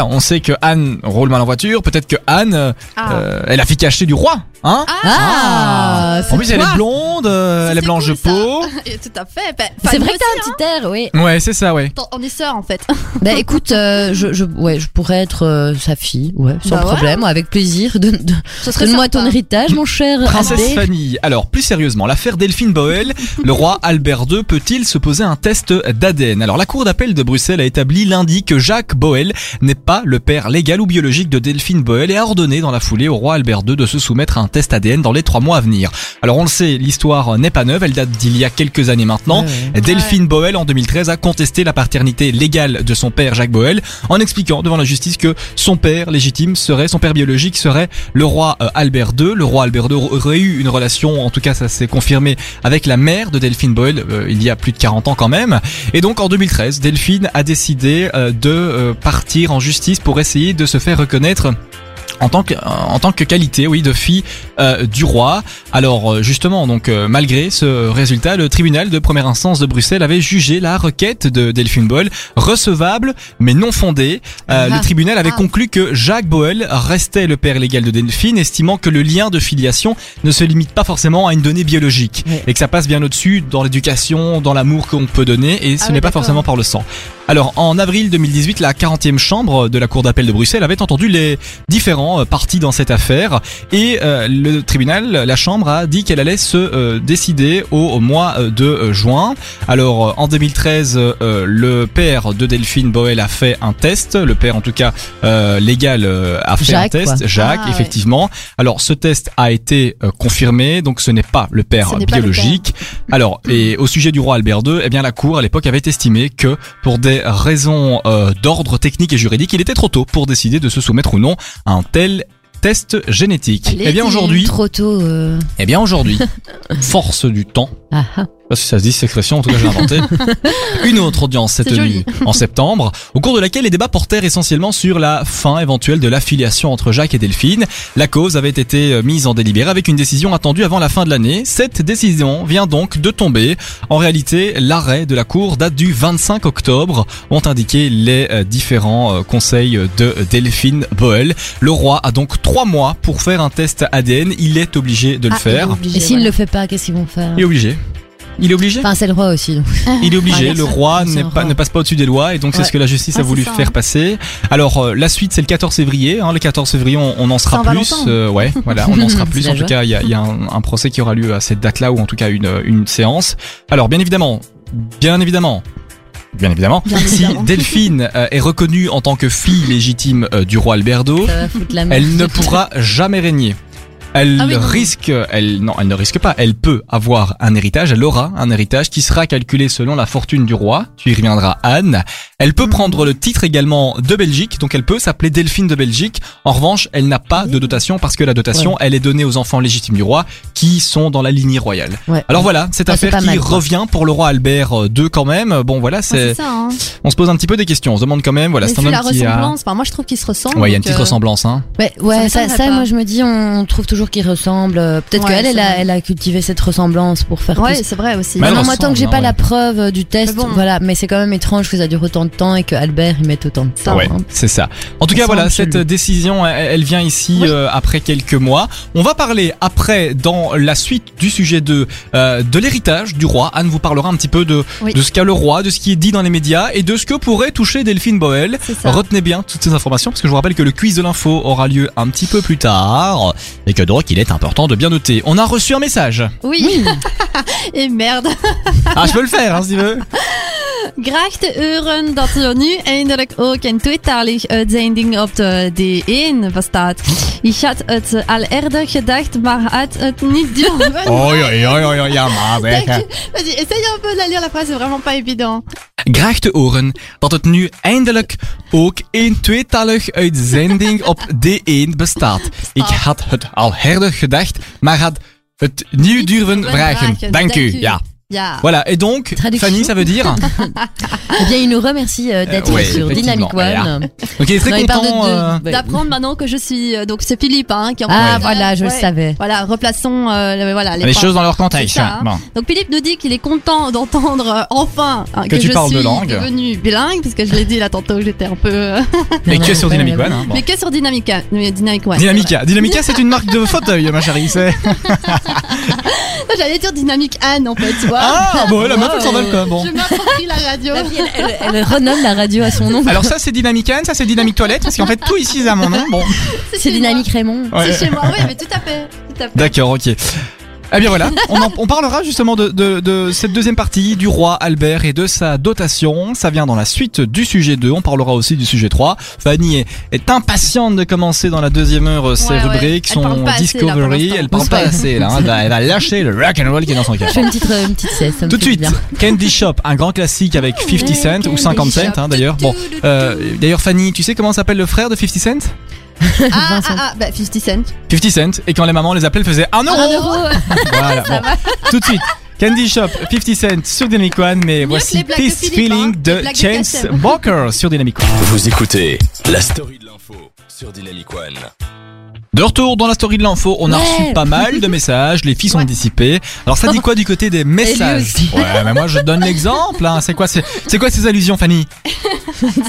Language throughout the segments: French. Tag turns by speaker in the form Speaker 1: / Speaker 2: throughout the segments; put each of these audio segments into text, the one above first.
Speaker 1: On sait que Anne roule mal en voiture, peut-être que Anne, euh,
Speaker 2: Ah.
Speaker 1: euh, elle a fille cachée du roi, hein
Speaker 3: Ah,
Speaker 1: En plus, elle est blonde, euh,
Speaker 2: Ça,
Speaker 1: elle est
Speaker 2: c'est
Speaker 1: blanche
Speaker 2: cool,
Speaker 1: de peau.
Speaker 2: Et Tout à fait. Bah,
Speaker 3: C'est
Speaker 2: Fanny
Speaker 3: vrai que
Speaker 2: aussi,
Speaker 3: t'as un petit air, oui.
Speaker 1: Ouais, c'est ça, ouais.
Speaker 2: hein. on est sœurs en fait.
Speaker 3: Bah écoute, euh, je, je, ouais, je pourrais être euh, sa fille, ouais,
Speaker 2: Bah
Speaker 3: sans
Speaker 2: ouais.
Speaker 3: problème, avec plaisir. Donne- donne-
Speaker 2: Ce serait
Speaker 3: Donne-moi
Speaker 2: sympa.
Speaker 3: ton héritage, mon cher.
Speaker 1: Princesse
Speaker 3: Albert.
Speaker 1: Fanny. Alors, plus sérieusement, l'affaire Delphine Boel, le roi Albert II peut-il se poser un test d'ADN Alors, la cour d'appel de Bruxelles a établi lundi que Jacques Boel n'est pas le père légal ou biologique de Delphine Boel et a ordonné dans la foulée au roi Albert II de se soumettre à un test ADN dans les trois mois à venir. Alors, on le sait, l'histoire n'est pas neuve, elle date d'il y a quelques années maintenant.
Speaker 3: Ouais, ouais.
Speaker 1: Delphine Boel, en 2013, a contesté la paternité légale de son père Jacques Boel en expliquant devant la justice que son père légitime serait, son père biologique serait le roi euh, Albert II. Le roi Albert II aurait eu une relation, en tout cas ça s'est confirmé, avec la mère de Delphine Boel euh, il y a plus de 40 ans quand même. Et donc en 2013, Delphine a décidé euh, de euh, partir en justice pour essayer de se faire reconnaître en tant que en tant que qualité oui de fille euh, du roi alors euh, justement donc euh, malgré ce résultat le tribunal de première instance de Bruxelles avait jugé la requête de Delphine Boel recevable mais non fondée Euh,
Speaker 2: Ah.
Speaker 1: le tribunal avait
Speaker 2: Ah.
Speaker 1: conclu que Jacques Boel restait le père légal de Delphine estimant que le lien de filiation ne se limite pas forcément à une donnée biologique
Speaker 3: Ouais.
Speaker 1: et que ça passe bien au-dessus dans l'éducation dans l'amour qu'on peut donner et ce
Speaker 2: Ah ouais,
Speaker 1: n'est pas
Speaker 2: d'accord.
Speaker 1: forcément par le sang alors en avril 2018 la 40e chambre de la cour d'appel de Bruxelles avait entendu les différents euh, partis dans cette affaire et euh, le tribunal, la chambre a dit qu'elle allait se euh, décider au, au mois euh, de euh, juin. Alors euh, en 2013, euh, le père de Delphine Boel a fait un test, le père en tout cas euh, légal euh, a fait
Speaker 3: Jacques,
Speaker 1: un test,
Speaker 3: quoi.
Speaker 1: Jacques
Speaker 2: Ah, ouais.
Speaker 1: effectivement. Alors ce test a été euh, confirmé, donc ce n'est pas le père
Speaker 2: Ce n'est pas le
Speaker 1: biologique. Alors et au sujet du roi Albert II, eh bien la cour à l'époque avait estimé que pour des raisons euh, d'ordre technique et juridique, il était trop tôt pour décider de se soumettre ou non à un tel test génétique.
Speaker 2: Allez,
Speaker 1: eh bien
Speaker 2: dis-
Speaker 1: aujourd'hui,
Speaker 3: Trop tôt. euh,
Speaker 1: eh bien aujourd'hui, force du temps.
Speaker 3: ah, ah.
Speaker 1: Parce que ça se dit cette expression, en tout cas je l'ai inventée. Une autre audience cette
Speaker 2: C'est
Speaker 1: nuit,
Speaker 2: joli.
Speaker 1: en septembre, au cours de laquelle les débats portèrent essentiellement sur la fin éventuelle de l'affiliation entre Jacques et Delphine. La cause avait été euh, mise en délibéré avec une décision attendue avant la fin de l'année. Cette décision vient donc de tomber. En réalité, l'arrêt de la Cour date du 25 octobre, ont indiqué les euh, différents euh, conseils de Delphine Boel. Le roi a donc trois mois pour faire un test ADN. Il est obligé de le
Speaker 2: Ah,
Speaker 1: faire.
Speaker 2: il est obligé,
Speaker 3: Et s'il ne
Speaker 2: voilà.
Speaker 3: le fait pas, qu'est-ce qu'ils vont faire
Speaker 1: Il est obligé. Il est obligé
Speaker 3: Enfin, c'est le roi aussi. donc.
Speaker 1: il est obligé,
Speaker 2: Ah,
Speaker 3: Ouais,
Speaker 1: le roi
Speaker 3: c'est
Speaker 1: n'est
Speaker 3: un
Speaker 1: pas,
Speaker 3: roi.
Speaker 1: ne passe pas au-dessus des lois et donc c'est
Speaker 2: Ouais.
Speaker 1: ce que la justice
Speaker 2: Ah,
Speaker 1: a
Speaker 2: c'est
Speaker 1: voulu
Speaker 2: ça,
Speaker 1: faire
Speaker 2: hein.
Speaker 1: passer. Alors euh, la suite c'est le 14 février, hein, le 14 février on, on en sera plus,
Speaker 2: Saint-Valentin.
Speaker 1: euh, ouais voilà on en sera
Speaker 3: C'est
Speaker 1: plus,
Speaker 3: la
Speaker 1: en tout
Speaker 3: joie.
Speaker 1: cas il y a, il y a un, un procès qui aura lieu à cette date là ou en tout cas une, une séance. Alors bien évidemment, bien évidemment, bien évidemment,
Speaker 2: Bien
Speaker 1: si
Speaker 2: évidemment.
Speaker 1: Delphine euh, est reconnue en tant que fille légitime euh, du roi Alberto,
Speaker 3: Ça va foutre la merde.
Speaker 1: elle ne pourra jamais régner. Elle
Speaker 2: Ah oui, non.
Speaker 1: risque, elle non, elle ne risque pas. Elle peut avoir un héritage, elle aura un héritage qui sera calculé selon la fortune du roi. Tu y reviendras, Anne. Elle
Speaker 2: Mhm.
Speaker 1: peut prendre le titre également de Belgique, donc elle peut s'appeler Delphine de Belgique. En revanche, elle n'a pas de dotation parce que la dotation, elle est donnée aux enfants légitimes du roi qui sont dans la lignée royale.
Speaker 3: Ouais.
Speaker 1: Alors voilà, cette
Speaker 3: Ah, c'est
Speaker 1: affaire
Speaker 3: pas
Speaker 1: qui
Speaker 3: mal, quoi.
Speaker 1: revient pour le roi Albert euh, II quand même. Bon voilà,
Speaker 2: Ah, c'est
Speaker 1: c'est,
Speaker 2: ça. Hein.
Speaker 1: on se pose un petit peu des questions. On se demande quand même, voilà,
Speaker 2: Mais
Speaker 1: c'est un
Speaker 2: vu la
Speaker 1: homme qui a,
Speaker 2: ressemblance, enfin, moi je trouve qu'ils se ressemblent.
Speaker 1: ouais, il y a une
Speaker 2: donc,
Speaker 1: petite
Speaker 2: euh,
Speaker 1: ressemblance, hein.
Speaker 3: Ouais, ouais,
Speaker 2: Ça
Speaker 3: ça,
Speaker 2: m'étonnerait
Speaker 3: ça,
Speaker 2: pas.
Speaker 3: moi je me dis, on trouve toujours qu'ils ressemblent. Euh, Peut-être
Speaker 2: Ouais,
Speaker 3: qu'elle,
Speaker 2: c'est
Speaker 3: elle a,
Speaker 2: vrai.
Speaker 3: elle a cultivé cette ressemblance pour faire
Speaker 2: Ouais,
Speaker 3: plus.
Speaker 2: c'est vrai aussi.
Speaker 1: Mais
Speaker 3: Maintenant,
Speaker 1: elle
Speaker 3: moi, tant
Speaker 1: ressemble,
Speaker 3: que j'ai
Speaker 1: hein,
Speaker 3: pas
Speaker 1: ouais.
Speaker 3: la preuve euh, du test,
Speaker 2: Mais bon.
Speaker 3: voilà. Mais c'est quand même étrange que ça dure autant de temps et que Albert il mette autant de temps.
Speaker 1: Ouais,
Speaker 3: hein.
Speaker 1: c'est ça. En tout cas,
Speaker 3: Ensemble,
Speaker 1: voilà,
Speaker 3: chez
Speaker 1: cette
Speaker 3: lui.
Speaker 1: décision, elle, elle vient ici
Speaker 2: Oui.
Speaker 1: euh, après quelques mois. On va parler après, dans la suite du sujet de euh, de l'héritage du roi. Anne vous parlera un petit peu de
Speaker 2: Oui.
Speaker 1: de ce qu'a le roi, de ce qui est dit dans les médias et de ce que pourrait toucher Delphine Boel.
Speaker 2: C'est ça.
Speaker 1: Retenez bien toutes ces informations parce que je vous rappelle que le quiz de l'info aura lieu un petit peu plus tard et que donc il est important de bien noter. On a reçu un message.
Speaker 2: Oui. Et merde.
Speaker 1: Ah, je peux le faire hein, si tu veux.
Speaker 2: Graag de euren dat er nu eindelijk ook een tweetalig uitzending op de D1 bestaat. Ik had het eh, al eerder gedacht, maar had het niet durven.
Speaker 1: Oh, yo, yo, yo, yo, yo, ma,
Speaker 2: Vas-y,
Speaker 1: mec.
Speaker 2: vas-y, essaye un peu de la lire la phrase, c'est vraiment pas évident.
Speaker 1: graag te horen dat het nu eindelijk ook een tweetalig uitzending op D1 bestaat. Ik had het al herder gedacht, maar had het nieuw durven vragen. Dank u. Ja,
Speaker 2: Ja.
Speaker 1: Voilà, et donc,
Speaker 3: Traduction.
Speaker 1: Fanny, ça veut dire
Speaker 3: Eh bien, il nous remercie euh, d'être
Speaker 1: Euh, ouais,
Speaker 3: sur
Speaker 1: effectivement,
Speaker 3: Dynamic One.
Speaker 1: Donc il est très
Speaker 3: Non, il parle de-
Speaker 1: content.
Speaker 3: de-
Speaker 1: euh,
Speaker 3: Ouais.
Speaker 2: D'apprendre maintenant que je suis. euh, Donc c'est Philippe hein, qui est en
Speaker 3: Bah, Ah,
Speaker 2: contact.
Speaker 3: voilà, je le
Speaker 2: Ouais.
Speaker 3: savais.
Speaker 2: Voilà, replaçons euh, le- voilà, les,
Speaker 1: Ah, les
Speaker 2: points.
Speaker 1: choses dans leur contexte.
Speaker 2: C'est ça, hein.
Speaker 1: Bon.
Speaker 2: Donc Philippe nous dit qu'il est content d'entendre euh, enfin hein,
Speaker 1: Que tu
Speaker 2: je
Speaker 1: parles
Speaker 2: suis
Speaker 1: deux langues.
Speaker 2: devenu bilingue, parce que je l'ai dit là tantôt, j'étais un peu. euh,
Speaker 1: Mais
Speaker 3: Non,
Speaker 1: que
Speaker 3: non,
Speaker 1: sur
Speaker 3: ouais,
Speaker 1: Dynamic
Speaker 3: ouais.
Speaker 1: One. hein, bon.
Speaker 2: Mais que sur Dynamica. mais Dynamic One.
Speaker 1: Dynamica. Dynamica, c'est une marque de fauteuil, ma chérie. C'est...
Speaker 2: c'est vrai. J'allais dire Dynamic Anne en fait, tu vois.
Speaker 1: Ah, bon, la meuf, elle s'en vole quand même. Bon.
Speaker 2: Je m'approprie la radio.
Speaker 3: Elle, elle renomme la radio à son nom.
Speaker 1: Alors ça, c'est Dynamic Anne, ça, c'est Dynamic Toilette, parce qu'en fait, tout ici, c'est à mon nom. Bon.
Speaker 3: C'est
Speaker 2: chez
Speaker 3: Dynamique Raymond.
Speaker 2: moi.
Speaker 1: Ouais.
Speaker 2: C'est chez moi, oui, mais tout à fait. Tout à fait.
Speaker 1: D'accord, ok. Eh bien voilà, on, en- on parlera justement de, de- de cette deuxième partie du roi Albert et de sa dotation. Ça vient dans la suite du sujet 2, on parlera aussi du sujet 3. Fanny est, est impatiente de commencer dans la deuxième heure euh, ses
Speaker 2: Ouais, ouais.
Speaker 1: rubriques,
Speaker 2: Elle
Speaker 1: son
Speaker 2: parle pas assez, là, pour
Speaker 1: Discovery.
Speaker 2: l'instant.
Speaker 1: elle parle
Speaker 3: C'est
Speaker 1: pas
Speaker 3: vrai.
Speaker 1: assez là, hein. elle, va, elle va lâcher le rock and roll qui est dans son cœur.
Speaker 3: Je fais une petite, euh, une petite sieste. ça me
Speaker 1: Tout de
Speaker 3: fait
Speaker 1: suite,
Speaker 3: du bien.
Speaker 1: Candy Shop, un grand classique avec 50 Cent ou 50 Cent hein, d'ailleurs. Bon, euh, d'ailleurs Fanny, tu sais comment s'appelle le frère de 50 Cent
Speaker 2: Ah, ah, ah, bah 50 cents.
Speaker 1: 50 Cent, et quand les mamans les appelaient, elles faisaient ah un
Speaker 3: Oh.
Speaker 1: euro.
Speaker 2: Un euro.
Speaker 1: Voilà, bon. tout de suite. Candy Shop, 50 Cent sur Dynamic One, mais voici
Speaker 2: les blagues de
Speaker 1: This
Speaker 2: Philippe, hein,
Speaker 1: Feeling
Speaker 2: les
Speaker 1: de
Speaker 2: blagues de
Speaker 1: James
Speaker 2: Kassem.
Speaker 1: Walker sur Dynamic One.
Speaker 4: Vous écoutez la story de l'info sur Dynamic One.
Speaker 1: De retour dans la story de l'info, on a
Speaker 3: Ouais.
Speaker 1: reçu pas mal de messages, les filles sont
Speaker 2: Ouais.
Speaker 1: dissipées. Alors ça dit quoi du côté des messages
Speaker 3: aussi.
Speaker 1: Ouais, mais moi je donne l'exemple, hein. c'est quoi, ces- c'est quoi ces allusions Fanny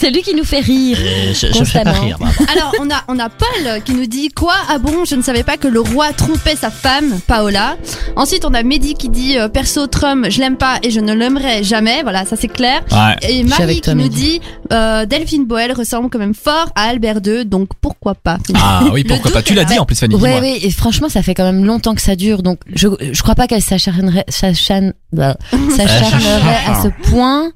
Speaker 3: C'est lui qui nous fait rire.
Speaker 1: Euh,
Speaker 3: je me fais pas rire,
Speaker 2: Alors, on a, on a Paul qui nous dit Quoi Ah bon, je ne savais pas que le roi trompait sa femme, Paola. Ensuite, on a Mehdi qui dit euh, Perso, Trump, je l'aime pas et je ne l'aimerai jamais. Voilà, ça c'est clair.
Speaker 1: Ouais.
Speaker 2: Et
Speaker 3: suis
Speaker 2: Marie
Speaker 3: avec toi,
Speaker 2: qui nous dit
Speaker 3: Mehdi.
Speaker 2: euh, Delphine Boel ressemble quand même fort à Albert II, donc pourquoi pas
Speaker 1: Ah oui, pourquoi
Speaker 2: doute
Speaker 1: pas, tu
Speaker 2: est
Speaker 1: l'as
Speaker 2: là.
Speaker 1: dit en plus Fanny.
Speaker 3: Ouais,
Speaker 1: dis-moi.
Speaker 3: ouais, et franchement, ça fait quand même longtemps que ça dure, donc je, je crois pas qu'elle s'acharnerait, s'acharne- bah, s'acharnerait à ce point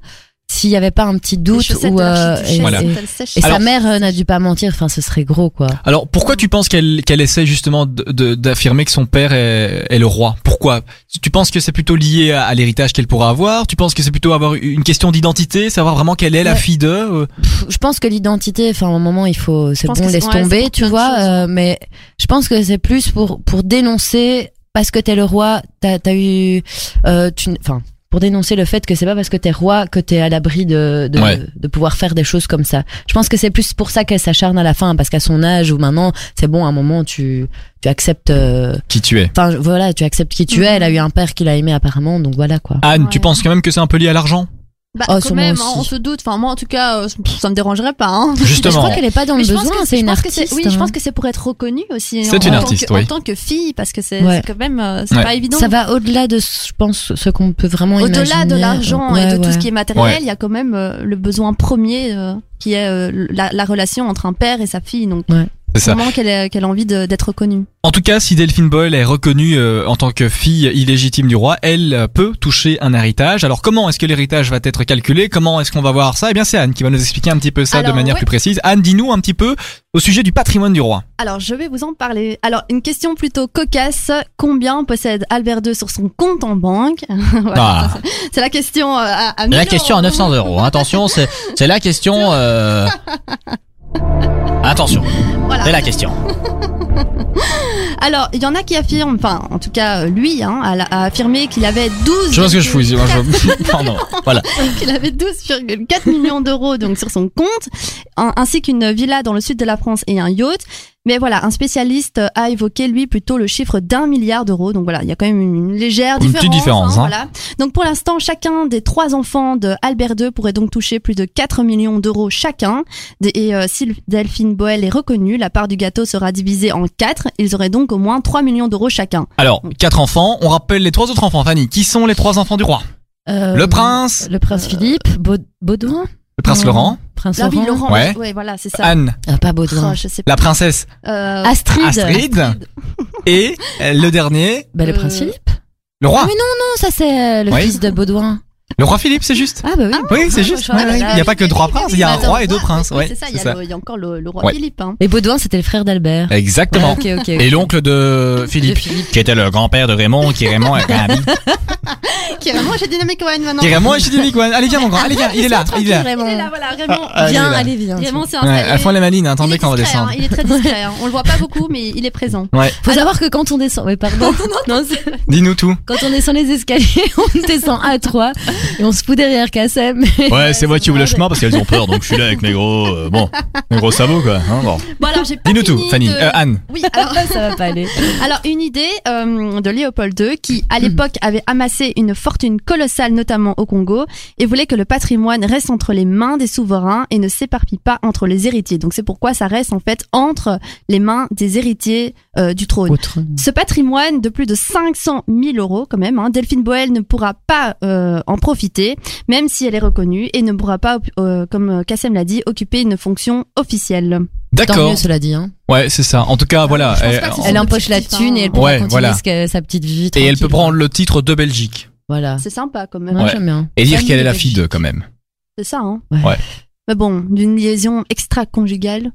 Speaker 3: s'il y avait pas un petit
Speaker 2: Les
Speaker 3: doute
Speaker 2: chaussettes
Speaker 3: ou
Speaker 2: de
Speaker 3: euh,
Speaker 2: l'archiduchesse,
Speaker 3: et,
Speaker 1: Voilà.
Speaker 3: et-
Speaker 2: elles sèchent.
Speaker 3: et
Speaker 1: Alors-
Speaker 3: sa mère euh, n'a dû pas mentir, enfin ce serait gros quoi.
Speaker 1: Alors pourquoi tu penses qu'elle qu'elle essaie justement de- de- d'affirmer que son père est, est le roi Pourquoi Tu penses que c'est plutôt lié à, à l'héritage qu'elle pourra avoir Tu penses que c'est plutôt avoir une question d'identité, savoir vraiment qu'elle est la
Speaker 3: Ouais.
Speaker 1: fille de euh,
Speaker 3: Pff, Je pense que l'identité, enfin à un moment il faut, c'est
Speaker 2: pense
Speaker 3: bon
Speaker 2: que c'est-
Speaker 3: laisse
Speaker 2: ouais, c'est
Speaker 3: tomber,
Speaker 2: pour
Speaker 3: tu
Speaker 2: plein de
Speaker 3: vois,
Speaker 2: choses.
Speaker 3: euh, mais je pense que c'est plus pour pour dénoncer parce que t'es le roi, t'as t'as eu, euh, tu, enfin pour dénoncer le fait que c'est pas parce que t'es roi que t'es à l'abri de de,
Speaker 1: Ouais.
Speaker 3: de pouvoir faire des choses comme ça. Je pense que c'est plus pour ça qu'elle s'acharne à la fin parce qu'à son âge ou maintenant c'est bon à un moment tu tu acceptes, euh,
Speaker 1: qui tu es
Speaker 3: enfin voilà tu acceptes qui tu es. Elle a eu un père qui l'a aimé apparemment donc voilà quoi.
Speaker 1: Anne, tu
Speaker 2: Ouais.
Speaker 1: penses quand même que c'est un peu lié à l'argent
Speaker 2: Bah,
Speaker 3: Oh,
Speaker 2: quand
Speaker 3: sûrement
Speaker 2: même,
Speaker 3: aussi.
Speaker 2: hein, on se doute. Enfin, moi en tout cas, euh, pff, ça me dérangerait pas. hein.
Speaker 3: Mais je
Speaker 1: Justement.
Speaker 3: crois qu'elle est pas dans le
Speaker 2: Mais je pense
Speaker 3: besoin,
Speaker 2: que-
Speaker 3: c'est
Speaker 2: je
Speaker 3: une
Speaker 2: pense que c'est-
Speaker 3: artiste.
Speaker 2: Oui, je
Speaker 3: hein.
Speaker 2: pense que c'est pour être reconnue aussi.
Speaker 1: C'est
Speaker 2: en-
Speaker 1: une
Speaker 2: en
Speaker 1: artiste,
Speaker 2: tant que-
Speaker 1: oui.
Speaker 2: En tant que fille, parce que c'est
Speaker 3: Ouais.
Speaker 2: c'est quand même, euh, c'est
Speaker 1: Ouais.
Speaker 2: pas évident.
Speaker 3: Ça va au-delà de, je pense, ce qu'on peut vraiment
Speaker 2: Au-delà
Speaker 3: imaginer.
Speaker 2: de l'argent et
Speaker 3: Ouais,
Speaker 2: de tout
Speaker 3: ouais.
Speaker 2: ce qui est matériel,
Speaker 1: Ouais.
Speaker 2: il y a quand même euh, le besoin premier euh, qui est euh, la, la relation entre un père et sa fille. Donc,
Speaker 1: C'est ça.
Speaker 2: vraiment qu'elle ait- qu'elle a envie de- d'être reconnue.
Speaker 1: En tout cas, si Delphine Boyle est reconnue euh, en tant que fille illégitime du roi, elle euh, peut toucher un héritage. Alors comment est-ce que l'héritage va être calculé Comment est-ce qu'on va voir ça Eh bien, c'est Anne qui va nous expliquer un petit peu ça de
Speaker 2: Alors,
Speaker 1: manière
Speaker 2: ouais.
Speaker 1: plus précise. Anne, dis-nous un petit peu au sujet du patrimoine du roi.
Speaker 2: Alors, je vais vous en parler. Alors, une question plutôt cocasse. Combien possède Albert II sur son compte en banque Voilà,
Speaker 1: Ah.
Speaker 2: ça, c'est- C'est la question euh, à, à
Speaker 1: La
Speaker 2: mille
Speaker 1: question à
Speaker 2: euros.
Speaker 1: 900 euros. hein. Attention, c'est c'est la question. euh, Attention,
Speaker 2: Voilà.
Speaker 1: c'est la question.
Speaker 2: Alors, il y en a qui affirment, enfin, en tout cas, lui, hein, a, a affirmé qu'il avait 12...
Speaker 1: Je pense que je fouille. moi, je- Pardon. Voilà.
Speaker 2: qu'il avait 12,4 millions d'euros donc sur son compte, un- ainsi qu'une villa dans le sud de la France et un yacht. Mais voilà, un spécialiste a évoqué lui plutôt le chiffre d'un milliard d'euros. Donc voilà, il y a quand même une légère
Speaker 1: Une
Speaker 2: différence.
Speaker 1: petite différence, hein.
Speaker 2: voilà. Donc pour l'instant, chacun des trois enfants de Albert II pourrait donc toucher plus de 4 millions d'euros chacun. Des- Et euh, si Delphine Boel est reconnue, la part du gâteau sera divisée en quatre. Ils auraient donc au moins 3 millions d'euros chacun.
Speaker 1: Alors, quatre enfants. On rappelle les trois autres enfants. Fanny, qui sont les trois enfants du roi
Speaker 3: Euh,
Speaker 1: Le prince,
Speaker 3: Le prince Philippe, Baud- Baudouin.
Speaker 1: le prince
Speaker 3: Non,
Speaker 1: Laurent,
Speaker 3: Prince
Speaker 2: La
Speaker 3: Laurent.
Speaker 2: ville Laurent.
Speaker 1: Ouais.
Speaker 2: voilà, c'est ça.
Speaker 1: Anne,
Speaker 3: Ah, pas
Speaker 2: Oh,
Speaker 3: Baudouin.
Speaker 2: je sais pas.
Speaker 1: la princesse
Speaker 2: Euh,
Speaker 3: Astrid.
Speaker 1: Astrid, et euh, le dernier,
Speaker 3: Bah, le
Speaker 2: Euh,
Speaker 3: prince Philippe.
Speaker 1: le roi.
Speaker 3: Ah, mais non, ça c'est euh, le
Speaker 1: Oui.
Speaker 3: fils de Baudouin.
Speaker 1: Le roi Philippe, c'est juste.
Speaker 2: Ah bah oui.
Speaker 1: Oui, c'est juste.
Speaker 3: je vois,
Speaker 1: Ouais,
Speaker 3: là,
Speaker 1: ouais. Il
Speaker 3: là,
Speaker 1: n'y a pas que trois princes, il y a un
Speaker 2: Attends,
Speaker 1: roi et deux princes.
Speaker 2: oui,
Speaker 1: Ouais,
Speaker 2: c'est ça, il y,
Speaker 1: c'est
Speaker 2: a le- il y a encore le, le roi
Speaker 1: Ouais.
Speaker 2: Philippe. Hein.
Speaker 3: Mais Baudouin, c'était le frère d'Albert.
Speaker 1: ça. Exactement.
Speaker 3: Ok, ok.
Speaker 1: Et l'oncle de Philippe, qui était le grand-père de Raymond, qui Raymond est ravi.
Speaker 2: Qui est vraiment chez Dynamic One maintenant.
Speaker 1: Qui est Raymond est chez Dynamic One. Allez viens mon grand, allez viens, il est là, il est là.
Speaker 2: Il est là,
Speaker 3: Vraiment.
Speaker 2: voilà, Raymond.
Speaker 1: Ah, il est
Speaker 3: Viens,
Speaker 1: là.
Speaker 3: allez, viens.
Speaker 2: Raymond, c'est
Speaker 1: Ouais,
Speaker 2: installé.
Speaker 1: à fond les malines, hein,
Speaker 2: il est
Speaker 1: attendez quand on va
Speaker 2: discret,
Speaker 1: descendre.
Speaker 2: hein, il est très discret. hein. On le voit pas beaucoup, mais il est présent.
Speaker 1: Ouais,
Speaker 3: Faut savoir que quand on descend, ouais, pardon. Non, c'est-
Speaker 1: dis-nous tout.
Speaker 3: quand on descend les escaliers, on descend à trois et on se fout derrière Kassem.
Speaker 1: Ouais, c'est moi qui ouvre le
Speaker 3: vrai.
Speaker 1: chemin parce qu'elles ont peur, donc je suis là avec mes gros, euh, bon, mes gros sabots quoi. hein, bon.
Speaker 2: Bon, alors, j'ai pas
Speaker 1: Dis-nous tout,
Speaker 2: fini de-
Speaker 1: Fanny, euh, Anne.
Speaker 2: Oui, alors,
Speaker 3: Ça va pas aller.
Speaker 2: Alors une idée euh, de Léopold II qui
Speaker 1: Hmm.
Speaker 2: à l'époque avait amassé une fortune colossale notamment au Congo et voulait que le patrimoine reste entre les mains des souverains et ne s'éparpille pas entre les héritiers. Donc c'est pourquoi ça reste en fait entre les mains des héritiers euh, du trône.
Speaker 3: Autre.
Speaker 2: Ce patrimoine de plus de 500 000 euros quand même, hein, Delphine Boel ne pourra pas euh, en profiter, même si elle est reconnue, et ne pourra pas, euh, comme Kassem l'a dit, occuper une fonction officielle.
Speaker 3: Tant
Speaker 1: D'accord.
Speaker 3: mieux, cela dit. Hein.
Speaker 1: Ouais, c'est ça. En tout cas, voilà.
Speaker 2: je pense
Speaker 1: elle-
Speaker 2: pas que ce
Speaker 3: Elle
Speaker 2: Son
Speaker 3: empoche la
Speaker 2: objectif,
Speaker 3: thune et elle
Speaker 2: hein.
Speaker 3: pourra
Speaker 1: Ouais,
Speaker 3: continuer
Speaker 1: voilà.
Speaker 3: ce que- sa petite vie.
Speaker 1: Et elle
Speaker 3: tranquille.
Speaker 1: peut prendre le titre de Belgique.
Speaker 3: Voilà.
Speaker 2: C'est sympa quand même.
Speaker 3: Moi,
Speaker 1: Ouais.
Speaker 3: j'aime bien.
Speaker 1: Et dire
Speaker 3: Famille
Speaker 1: qu'elle est la
Speaker 3: belge.
Speaker 1: fille d'eux quand même.
Speaker 2: C'est ça, hein
Speaker 3: Ouais.
Speaker 1: Ouais.
Speaker 2: Mais bon, d'une liaison extra-conjugale.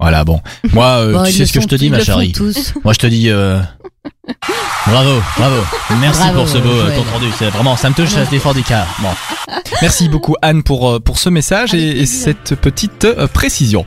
Speaker 1: Voilà, bon. Moi, euh,
Speaker 3: Bon,
Speaker 1: tu
Speaker 3: ils
Speaker 1: sais
Speaker 3: le
Speaker 1: ce que je
Speaker 3: font-
Speaker 1: te dis,
Speaker 3: ils
Speaker 1: ma
Speaker 3: le font
Speaker 1: chérie.
Speaker 3: tous.
Speaker 1: Moi, je te dis, euh, bravo, bravo. Merci
Speaker 3: Bravo,
Speaker 1: pour ce beau euh,
Speaker 3: Joël.
Speaker 1: compte rendu. C'est vraiment, ça me touche, ça se défend des cas. Bon. Merci beaucoup, Anne, pour, euh, pour ce message
Speaker 2: Avec
Speaker 1: et, et
Speaker 2: plaisir.
Speaker 1: cette petite euh, précision.